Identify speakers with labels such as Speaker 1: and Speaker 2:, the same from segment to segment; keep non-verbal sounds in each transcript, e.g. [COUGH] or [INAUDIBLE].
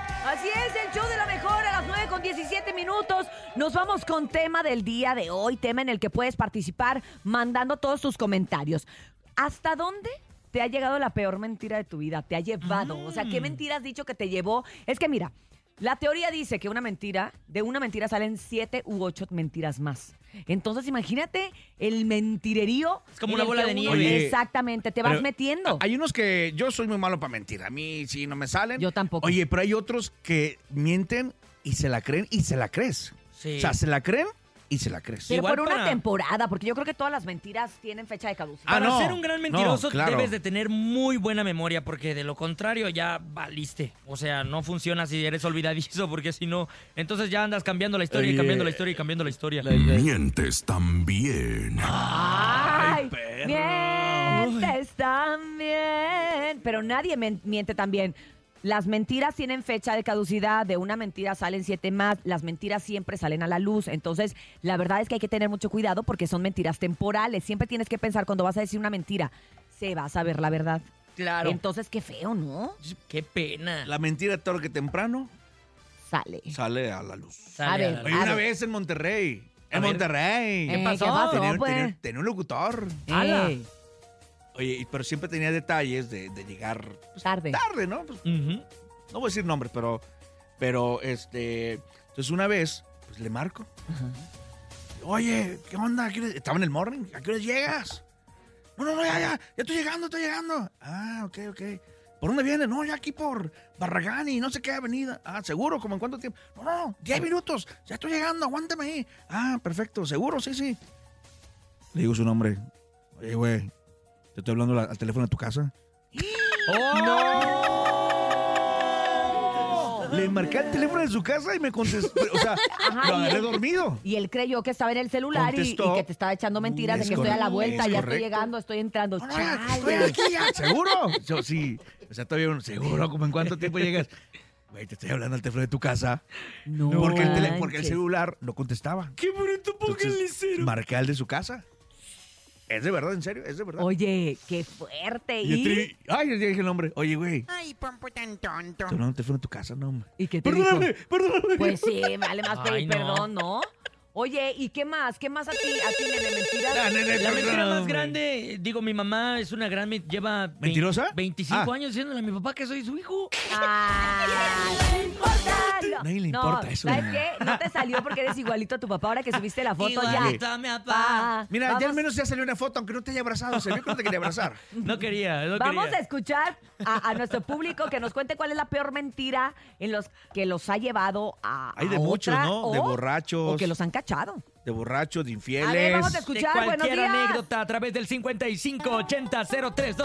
Speaker 1: Así es, el show de la mejor a las 9 con 17 minutos. Nos vamos con tema del día de hoy, tema en el que puedes participar mandando todos tus comentarios. ¿Hasta dónde? Te ha llegado la peor mentira de tu vida, te ha llevado. O sea, ¿qué
Speaker 2: Mm.
Speaker 1: mentira has dicho que te llevó? Es que mira, la teoría dice que una mentira, de una mentira salen siete u ocho mentiras más. Entonces imagínate el mentirerío.
Speaker 2: Es como
Speaker 1: en
Speaker 2: una
Speaker 1: el
Speaker 2: bola
Speaker 1: que
Speaker 2: de
Speaker 1: uno-
Speaker 2: nieve.
Speaker 3: Oye,
Speaker 1: Exactamente, te vas
Speaker 3: Pero
Speaker 1: metiendo.
Speaker 3: Hay unos que yo soy muy malo para mentir. A mí sí no me salen.
Speaker 1: Yo tampoco.
Speaker 3: Oye, pero hay otros que mienten y se la creen y se la crees.
Speaker 2: Sí.
Speaker 3: O sea, se la creen y se la crees.
Speaker 1: Pero
Speaker 2: Igual
Speaker 1: por una
Speaker 2: para-
Speaker 1: temporada, porque yo creo que todas las mentiras tienen fecha de caducidad.
Speaker 3: Ah,
Speaker 2: Para
Speaker 3: no.
Speaker 2: ser un gran mentiroso
Speaker 3: No, claro.
Speaker 2: debes de tener muy buena memoria porque de lo contrario ya valiste. O sea, no funciona si eres olvidadizo porque si no, entonces ya andas cambiando la historia y
Speaker 3: Oye,
Speaker 2: cambiando la historia y cambiando la historia.
Speaker 4: Mientes también.
Speaker 1: Ay,
Speaker 3: perro.
Speaker 1: mientes también. Pero nadie men- miente también. Las mentiras tienen fecha de caducidad, de una mentira salen siete más, las mentiras siempre salen a la luz. Entonces, la verdad es que hay que tener mucho cuidado porque son mentiras temporales. Siempre tienes que pensar cuando vas a decir una mentira, se va a saber la verdad.
Speaker 2: Claro.
Speaker 1: Entonces, qué feo, ¿no?
Speaker 2: Qué pena.
Speaker 3: La mentira tarde que temprano
Speaker 1: Sale.
Speaker 3: sale a la luz.
Speaker 2: Sale
Speaker 1: A ver,
Speaker 2: la
Speaker 3: Oye,
Speaker 2: luz.
Speaker 1: a
Speaker 3: una
Speaker 1: ver.
Speaker 3: vez en Monterrey.
Speaker 2: A ver.
Speaker 3: En Monterrey.
Speaker 1: Eh, ¿qué
Speaker 3: Tenía-
Speaker 1: pasó,
Speaker 3: tenía,
Speaker 1: pues?
Speaker 3: tenía- tenía un locutor.
Speaker 2: Ala.
Speaker 1: Ey,
Speaker 3: Oye, y- pero siempre tenía detalles de, de llegar pues,
Speaker 1: tarde.
Speaker 3: tarde, ¿no? Pues,
Speaker 2: Ujú.
Speaker 3: no voy a decir nombres, pero, pero este, entonces una vez, pues le marco. Oye, ¿qué onda? ¿A qué hora- Estaba en el morning, ¿a qué hora llegas? No, no, no, ya, ya, ya estoy llegando, estoy llegando. Ah, ok, ok. ¿Por dónde vienes? No, ya aquí por Barragán y no sé qué avenida. Ah, seguro, ¿como en cuánto tiempo? No, no, no, 10 minutos, ya estoy llegando, aguántame ahí. Ah, perfecto, seguro, sí, sí. Le digo su nombre. Oye, güey, te estoy hablando la- al teléfono de tu casa. ¡Oh! Le marqué el teléfono de su casa y me contestó. O sea,
Speaker 1: Ajá,
Speaker 3: lo
Speaker 1: y
Speaker 3: agarré
Speaker 1: él-
Speaker 3: dormido.
Speaker 1: Y él creyó que estaba en el celular y,
Speaker 3: Contestó.
Speaker 1: y que te estaba echando mentiras de
Speaker 3: Es
Speaker 1: que estoy a la
Speaker 3: correcto,
Speaker 1: vuelta,
Speaker 3: es
Speaker 1: ya estoy
Speaker 3: correcto.
Speaker 1: llegando, estoy entrando.
Speaker 3: No, no, ya,
Speaker 1: Chale.
Speaker 3: estoy aquí ya, ¿Seguro? pues, [LAUGHS] Yo sí. O sea, todavía uno, seguro, como en cuánto tiempo llegas. Güey, te estoy hablando al teléfono de tu casa.
Speaker 1: No
Speaker 3: porque, el tele- porque el
Speaker 1: manches.
Speaker 3: celular no contestaba.
Speaker 2: Qué bonito
Speaker 3: Entonces, marqué al de su casa. Es de verdad, en serio, es de verdad.
Speaker 1: Oye, qué fuerte.
Speaker 3: Y yo
Speaker 1: ¿Y,
Speaker 3: te- Ay, yo dije el nombre. Oye, güey,
Speaker 5: Ay, pompo tan tonto.
Speaker 3: te hablando al teléfono de tu casa, no, hombre.
Speaker 1: ¿Y qué te
Speaker 3: Perdóname,
Speaker 1: dijo?
Speaker 3: perdóname.
Speaker 1: Pues sí, vale
Speaker 2: [LAUGHS]
Speaker 1: más pedir
Speaker 2: Ay, no.
Speaker 1: perdón, ¿no? Oye, ¿y qué más? ¿Qué más a ti, a ti nene, mentiras?
Speaker 3: Ah, nene,
Speaker 2: La mentira
Speaker 3: perdóname.
Speaker 2: más grande, digo, mi mamá es una gran, men- lleva vein-
Speaker 3: ¿Mentirosa?
Speaker 2: 25
Speaker 3: Ah.
Speaker 2: años diciéndole a mi papá que soy su hijo.
Speaker 1: Ay, no importa. No,
Speaker 3: Nadie le
Speaker 1: no,
Speaker 3: importa eso,
Speaker 1: ¿Sabes
Speaker 3: nena.
Speaker 1: qué? No te salió porque eres igualito a tu papá ahora que subiste la foto ya.
Speaker 2: Igualito a mi papá.
Speaker 1: Pa,
Speaker 3: Mira, ya al
Speaker 1: vamos-
Speaker 3: menos ya salió una foto, aunque no te haya abrazado. Se vio que no te quería abrazar.
Speaker 2: No quería, no
Speaker 1: Vamos
Speaker 2: quería.
Speaker 1: a escuchar a, a nuestro público que nos cuente cuál es la peor mentira en los que los ha llevado a.
Speaker 3: Hay
Speaker 1: a
Speaker 3: de muchos,
Speaker 1: otra,
Speaker 3: ¿no? De
Speaker 1: o-
Speaker 3: borrachos.
Speaker 1: O que los han cachado.
Speaker 3: De borrachos, de infieles.
Speaker 1: A ver, vamos a
Speaker 2: de
Speaker 1: escuchar. Buenos
Speaker 2: cualquier
Speaker 1: días.
Speaker 2: anécdota a través del 5580 03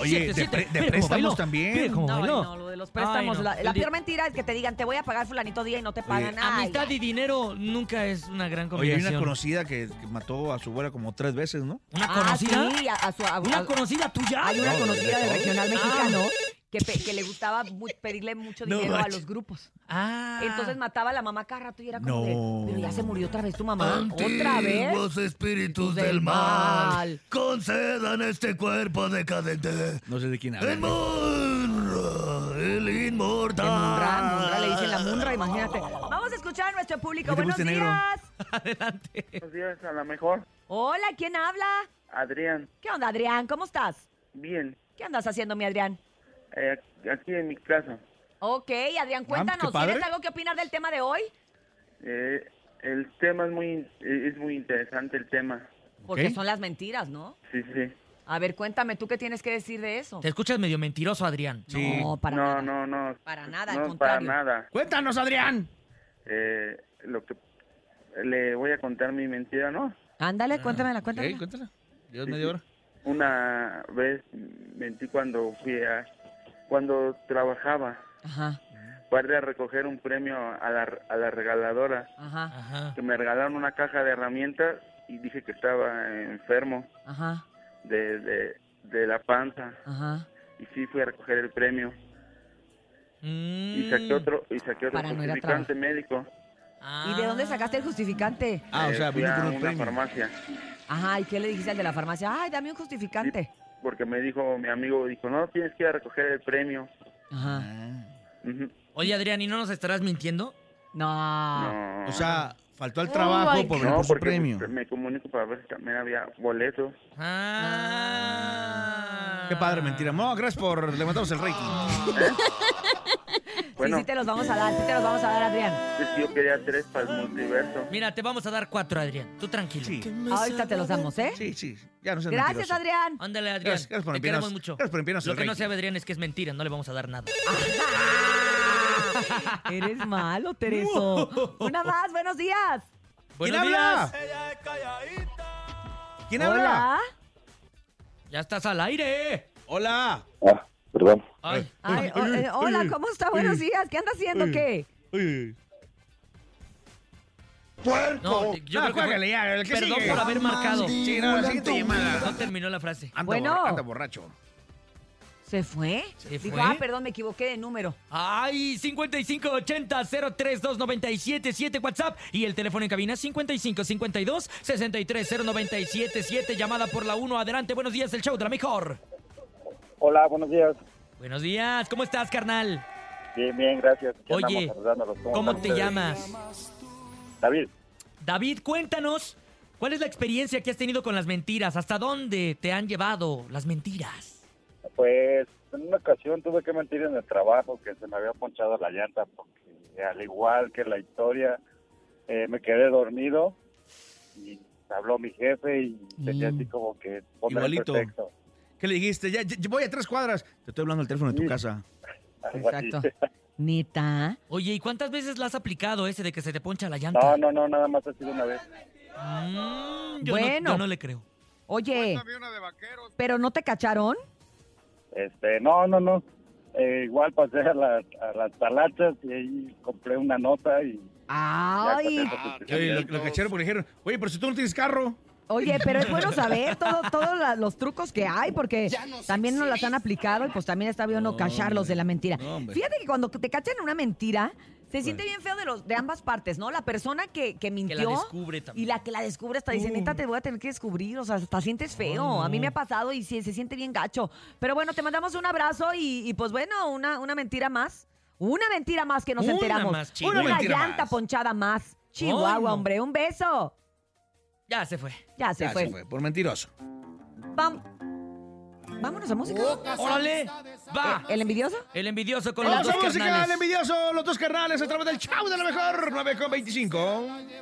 Speaker 3: Oye, de pre- de préstamos también.
Speaker 1: No, ay, no, lo de los préstamos.
Speaker 2: Ay, no.
Speaker 1: La, la peor mentira es que te digan, te voy a pagar fulanito día y no te pagan nada.
Speaker 2: Amistad y dinero nunca es una gran
Speaker 3: Oye, hay
Speaker 2: combinación.
Speaker 3: una conocida que, que mató a su abuela como tres veces, ¿no?
Speaker 2: ¿Una conocida?
Speaker 1: Ah, sí, a, a su- a-
Speaker 2: ¿Una Ah.
Speaker 1: a-
Speaker 2: conocida tuya?
Speaker 1: Hay una
Speaker 3: No,
Speaker 1: conocida
Speaker 3: de
Speaker 1: del
Speaker 3: todo.
Speaker 1: regional mexicano que, pe- que le gustaba mu- pedirle mucho
Speaker 3: No
Speaker 1: dinero a
Speaker 3: manches.
Speaker 1: los grupos.
Speaker 2: Ah.
Speaker 1: Entonces mataba a la mamá cada rato y era como de,
Speaker 3: No.
Speaker 1: pero ya se murió otra vez tu mamá. ¿Otra vez? Pues
Speaker 6: espíritus
Speaker 1: del mal,
Speaker 6: concedan este cuerpo decadente.
Speaker 3: No sé de quién habla.
Speaker 6: El Munra, el
Speaker 1: De Munra,
Speaker 6: inmortal.
Speaker 1: Munra, le dicen la Munra, imagínate. Vamos a escuchar a nuestro público.
Speaker 3: ¿Qué te
Speaker 1: Buenos
Speaker 3: gusta,
Speaker 1: días.
Speaker 3: negro?
Speaker 7: Buenos días, a lo mejor.
Speaker 1: Hola, ¿quién habla?
Speaker 7: Adrián,
Speaker 1: ¿Qué onda, Adrián? ¿Cómo estás?
Speaker 7: bien,
Speaker 1: ¿Qué andas haciendo, mi Adrián?
Speaker 7: eh, aquí en mi casa.
Speaker 1: Ok, Adrián, cuéntanos,
Speaker 3: Ah, qué padre.
Speaker 1: ¿tienes algo que opinar del tema de hoy?
Speaker 7: Eh, el tema es muy, es muy interesante el tema.
Speaker 1: Porque
Speaker 3: Ok.
Speaker 1: son las mentiras, ¿no?
Speaker 7: Sí, sí.
Speaker 1: A ver, cuéntame, ¿tú qué tienes que decir de eso?
Speaker 2: Te escuchas medio mentiroso, Adrián.
Speaker 3: Sí.
Speaker 1: No, para
Speaker 7: no,
Speaker 1: nada.
Speaker 7: no, no.
Speaker 1: Para nada, al
Speaker 7: No, para
Speaker 1: contrario.
Speaker 7: nada.
Speaker 3: Cuéntanos, Adrián.
Speaker 7: Eh, lo que le voy a contar mi mentira, ¿no?
Speaker 1: Ándale, cuéntamela, cuéntamela.
Speaker 3: Ah, Ok, cuéntala. Dios media hora.
Speaker 7: Una vez mentí cuando fui a, cuando trabajaba,
Speaker 1: Ajá,
Speaker 7: guardé a recoger un premio a la, a la regaladora,
Speaker 1: ajá,
Speaker 2: Ajá.
Speaker 7: que me regalaron una caja de herramientas y dije que estaba enfermo
Speaker 1: ajá,
Speaker 7: de, de, de la panza.
Speaker 1: ajá.
Speaker 7: y sí fui a recoger el premio
Speaker 2: Mm.
Speaker 7: y saqué otro y saqué otro
Speaker 1: Para no ir a
Speaker 7: justificante médico
Speaker 2: Mm.
Speaker 1: ¿Y de dónde
Speaker 2: Ah.
Speaker 1: sacaste el justificante?
Speaker 3: Ah, o
Speaker 7: Eh,
Speaker 3: sea,
Speaker 7: fui
Speaker 3: vino
Speaker 7: a
Speaker 3: por un
Speaker 7: una
Speaker 3: premio.
Speaker 7: farmacia
Speaker 1: Ajá, ¿y qué le dijiste al de la farmacia? Ay, dame un justificante.
Speaker 7: porque me dijo mi amigo dijo no tienes que ir a recoger el premio
Speaker 1: Ajá.
Speaker 3: Ah.
Speaker 7: Ujú.
Speaker 2: Oye, Adrián, ¿y no nos estarás mintiendo?
Speaker 1: No.
Speaker 7: No.
Speaker 3: Ah, O sea, faltó al
Speaker 1: Oh
Speaker 3: trabajo
Speaker 1: my
Speaker 3: por venir
Speaker 7: no,
Speaker 3: por su
Speaker 7: porque
Speaker 3: premio.
Speaker 7: pues, me comunico para ver si también había boletos.
Speaker 2: Ah.
Speaker 3: Qué padre, mentira. No, gracias por levantarnos el rating.
Speaker 1: Ah.
Speaker 7: Bueno,
Speaker 1: Sí, sí te los vamos a dar, sí te los vamos a dar, Adrián.
Speaker 7: pues, yo quería tres para el multiverso.
Speaker 2: Mira, te vamos a dar cuatro, Adrián. Tú tranquilo.
Speaker 3: Sí,
Speaker 1: Ahorita te los damos, ¿eh?
Speaker 3: sí, sí. Ya no seas
Speaker 1: Gracias,
Speaker 3: mentiroso.
Speaker 1: Adrián.
Speaker 2: Ándale, Adrián.
Speaker 3: Gracias, gracias por
Speaker 2: te
Speaker 3: empinarnos-
Speaker 2: queremos mucho.
Speaker 3: gracias por empinarnos
Speaker 2: Lo
Speaker 3: el
Speaker 2: que no
Speaker 3: rating.
Speaker 2: sabe Adrián es que es mentira, no le vamos a dar nada.
Speaker 1: Eres malo, Tereso. Una más, buenos días.
Speaker 3: ¿Quién
Speaker 2: Buenos días.
Speaker 3: habla? ¿Quién habla?
Speaker 1: Hola.
Speaker 2: Ya estás al aire.
Speaker 3: Hola.
Speaker 5: Ah, perdón.
Speaker 2: Ay,
Speaker 1: Ay, o- eh, hola, ¿cómo está? Buenos días. ¿Qué anda haciendo? ¿Qué?
Speaker 2: no, yo creo
Speaker 3: No,
Speaker 2: que fue-
Speaker 3: cuélgale Ah, ya, el que
Speaker 2: Perdón
Speaker 3: sigue.
Speaker 2: por haber marcado.
Speaker 3: Sí, no, la siguiente llamada.
Speaker 2: No terminó la frase.
Speaker 3: Anda,
Speaker 1: Bueno.
Speaker 3: borra- anda borracho.
Speaker 1: ¿Se fue?
Speaker 2: ¿Se
Speaker 1: Dijo,
Speaker 2: fue?
Speaker 1: ah, perdón, me equivoqué de
Speaker 3: [LAUGHS]
Speaker 1: número.
Speaker 2: Ay, 5580-032977 WhatsApp y el teléfono en cabina 5552-630977. Llamada por la 1. Adelante, buenos días, el show de la mejor.
Speaker 5: Hola, buenos días.
Speaker 2: Buenos días, ¿cómo estás, carnal?
Speaker 5: Bien, bien, gracias. Aquí
Speaker 2: Oye,
Speaker 5: andamos saludándolos.
Speaker 2: ¿Cómo
Speaker 5: están
Speaker 2: te
Speaker 5: ustedes?
Speaker 2: llamas?
Speaker 5: David.
Speaker 2: David, cuéntanos, ¿cuál es la experiencia que has tenido con las mentiras? ¿Hasta dónde te han llevado las mentiras?
Speaker 5: Pues en una ocasión tuve que mentir en el trabajo que se me había ponchado la llanta porque al igual que la historia eh, me quedé dormido y habló mi jefe y tenía
Speaker 1: Mm.
Speaker 5: así como que ponme el
Speaker 3: Igualito.
Speaker 5: pretexto.
Speaker 3: ¿Qué le dijiste? Ya, ya- ya voy a tres cuadras. Te estoy hablando al teléfono de tu
Speaker 5: Sí.
Speaker 3: casa.
Speaker 5: Algo así.
Speaker 1: Exacto. Neta.
Speaker 2: Oye, ¿y cuántas veces la has aplicado ese de que se te poncha la llanta?
Speaker 5: [LAUGHS] No, no, no, nada más ha sido una vez.
Speaker 2: Mm, yo, no,
Speaker 1: Bueno.
Speaker 2: yo no le creo.
Speaker 1: Oye. ¿Pero no te cacharon?
Speaker 5: Este, no, no, no. Eh, igual pasé a las, a las talachas y ahí compré una nota y ya con
Speaker 1: Ay,
Speaker 5: eso justifiqué.
Speaker 3: Oye, lo, lo cacharon porque dijeron, oye, pero si tú no tienes carro.
Speaker 1: oye, pero es bueno saber todo- todos la- los trucos que hay, porque también nos las han aplicado y pues también está bien no
Speaker 3: Hombre,
Speaker 1: cacharlos de la mentira.
Speaker 3: hombre.
Speaker 1: Fíjate que cuando te cachan una mentira, se siente bien feo de los de ambas partes, ¿no? La persona que, que
Speaker 2: Que
Speaker 1: mintió
Speaker 2: la descubre
Speaker 1: y
Speaker 2: también.
Speaker 1: la que la descubre hasta dice, neta, te voy a tener que descubrir, o sea, hasta sientes feo. A mí me ha pasado y sí, se siente bien gacho. Pero bueno, te mandamos un abrazo y, y, pues bueno, una, una mentira más. Una mentira más que nos
Speaker 2: Una
Speaker 1: enteramos.
Speaker 2: más,
Speaker 1: una
Speaker 2: Chihuahua.
Speaker 3: mentira
Speaker 1: llanta
Speaker 3: más.
Speaker 1: ponchada más. Chihuahua,
Speaker 2: Ay, no.
Speaker 1: hombre, un beso.
Speaker 2: Ya se fue.
Speaker 1: Ya se
Speaker 3: Ya
Speaker 1: fue.
Speaker 3: por mentiroso.
Speaker 1: Vam- Vámonos a música.
Speaker 2: ¡Órale! ¡Va!
Speaker 1: ¿El envidioso?
Speaker 2: El envidioso con los
Speaker 3: Vamos
Speaker 2: dos
Speaker 3: a música,
Speaker 2: carnales.
Speaker 3: el envidioso, los dos carnales a través del chau de la mejor 9.25.